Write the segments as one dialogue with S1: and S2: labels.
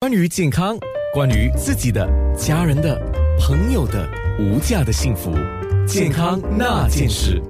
S1: 关于健康，关于自己的、家人的、朋友的无价的幸福，健康那件事。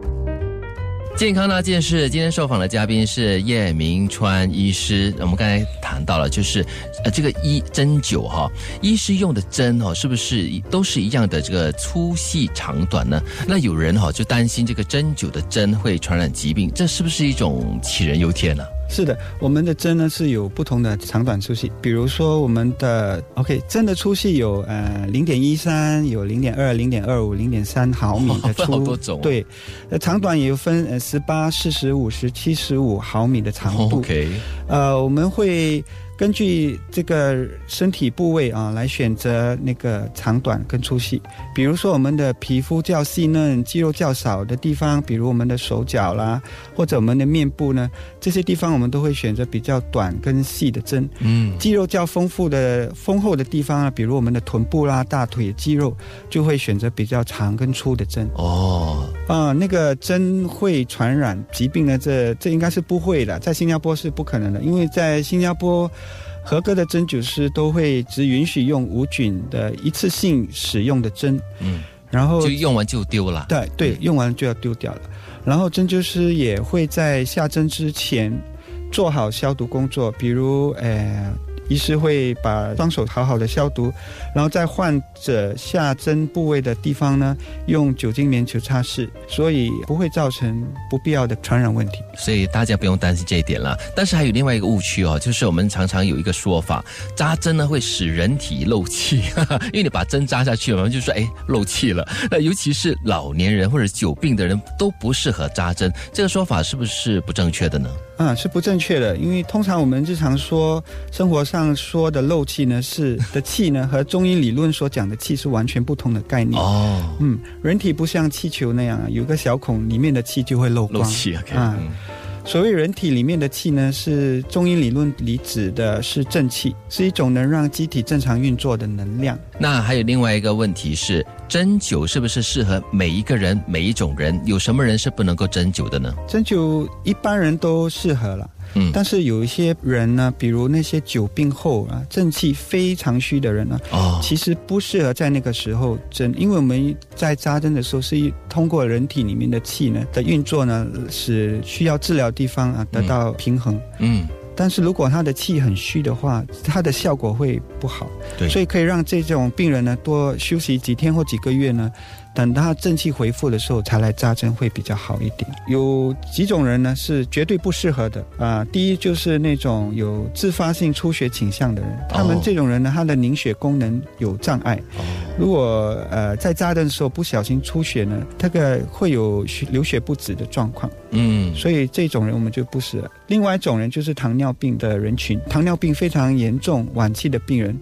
S2: 健康那件事，今天受访的嘉宾是叶明川医师。我们刚才谈到了，就是呃，这个医针灸哈、医师用的针哦，是不是一都是一样的这个粗细长短呢？那有人哈、就担心这个针灸的针会传染疾病，这是不是一种杞人忧天呢、
S3: 是的，我们的针呢是有不同的长短粗细，比如说我们的 OK 针的粗细有呃零点一三、有零点二、零点二五、零点三毫米的 粗，
S2: 分好多种哦
S3: 对，呃长短也有分呃十八、四十五、十七、十五毫米的长度。
S2: o k
S3: 呃，我们会根据这个身体部位啊来选择那个长短跟粗细。比如说我们的皮肤较细嫩、肌肉较少的地方，比如我们的手脚啦，或者我们的面部呢，这些地方我们都会选择比较短跟细的针。
S2: 嗯，
S3: 肌肉较丰富的、丰厚的地方啊，比如我们的臀部啦、大腿肌肉，就会选择比较长跟粗的针。
S2: 哦，
S3: 啊、那个针会传染疾病呢？这这应该是不会的，在新加坡是不可能的，因为在新加坡，合格的针灸师都会只允许用无菌的一次性使用的针，
S2: 嗯，
S3: 然后
S2: 就用完就丢了。
S3: 对对，用完就要丢掉了。然后针灸师也会在下针之前做好消毒工作，比如呃。医师会把双手好好的消毒，然后在患者下针部位的地方呢，用酒精棉球擦拭，所以不会造成不必要的传染问题。
S2: 所以大家不用担心这一点啦。但是还有另外一个误区哦，就是我们常常有一个说法，扎针呢会使人体漏气， 因为你把针扎下去了，我们就说哎漏气了。那尤其是老年人或者久病的人都不适合扎针，这个说法是不是不正确的呢？
S3: 啊、是不正确的，因为通常我们日常说生活上说的漏气呢，是的气呢，和中医理论所讲的气是完全不同的概念。
S2: 哦，
S3: 嗯，人体不像气球那样啊，有个小孔，里面的气就会漏
S2: 漏
S3: 光。
S2: 气，OK，、
S3: 啊
S2: 嗯、
S3: 所谓人体里面的气呢，是中医理论里指的是正气，是一种能让机体正常运作的能量。
S2: 那还有另外一个问题是，针灸是不是适合每一个人、每一种人？有什么人是不能够针灸的呢？
S3: 针灸一般人都适合了，
S2: 嗯，
S3: 但是有一些人呢，比如那些久病后啊，正气非常虚的人呢，
S2: 哦，
S3: 其实不适合在那个时候针，因为我们在扎针的时候是通过人体里面的气呢的运作呢，使需要治疗地方啊得到平衡。
S2: 嗯，
S3: 但是如果他的气很虚的话，它的效果会不好。
S2: 对
S3: 所以可以让这种病人呢多休息几天或几个月呢，等他正气恢复的时候才来扎针会比较好一点。有几种人呢是绝对不适合的啊、第一就是那种有自发性出血倾向的人，他们
S2: 哦
S3: 这种人呢，他的凝血功能有障碍，
S2: 哦，
S3: 如果呃在扎针的时候不小心出血呢，这个会有血流血不止的状况。
S2: 嗯，
S3: 所以这种人我们就不适合。另外一种人就是糖尿病的人群，糖尿病非常严重晚期的病人，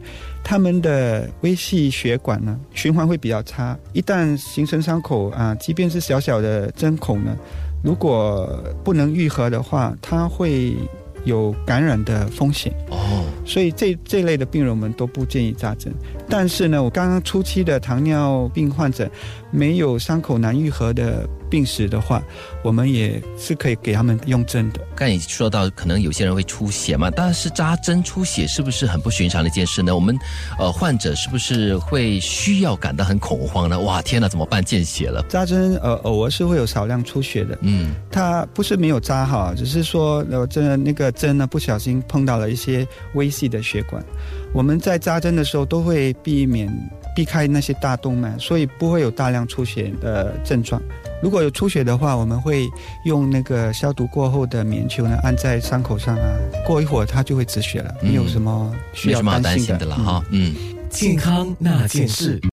S3: 他们的微细血管呢循环会比较差，一旦形成伤口啊，即便是小小的针孔呢，如果不能愈合的话，它会有感染的风险。
S2: 哦，
S3: 所以这这类的病人我们都不建议扎针。但是呢，我刚刚初期的糖尿病患者没有伤口难愈合的病史的话，我们也是可以给他们用针的。
S2: 刚才你说到，可能有些人会出血嘛，但是扎针出血是不是很不寻常的一件事呢？我们，呃，患者是不是会需要感到很恐慌呢？哇，天哪，怎么办？见血了，
S3: 扎针呃偶尔是会有少量出血的，
S2: 嗯，
S3: 它不是没有扎好，只是说呃这那个针呢不小心碰到了一些微细的血管。我们在扎针的时候都会避免避开那些大动脉，所以不会有大量出血的症状。如果有出血的话，我们会用那个消毒过后的棉球呢按在伤口上啊，过一会儿它就会止血了，
S2: 嗯
S3: 没有什么需
S2: 没
S3: 要
S2: 什么好
S3: 担
S2: 担
S3: 心
S2: 心
S3: 的
S2: 的了
S3: 嗯
S2: 哈，嗯
S1: 健康那件事。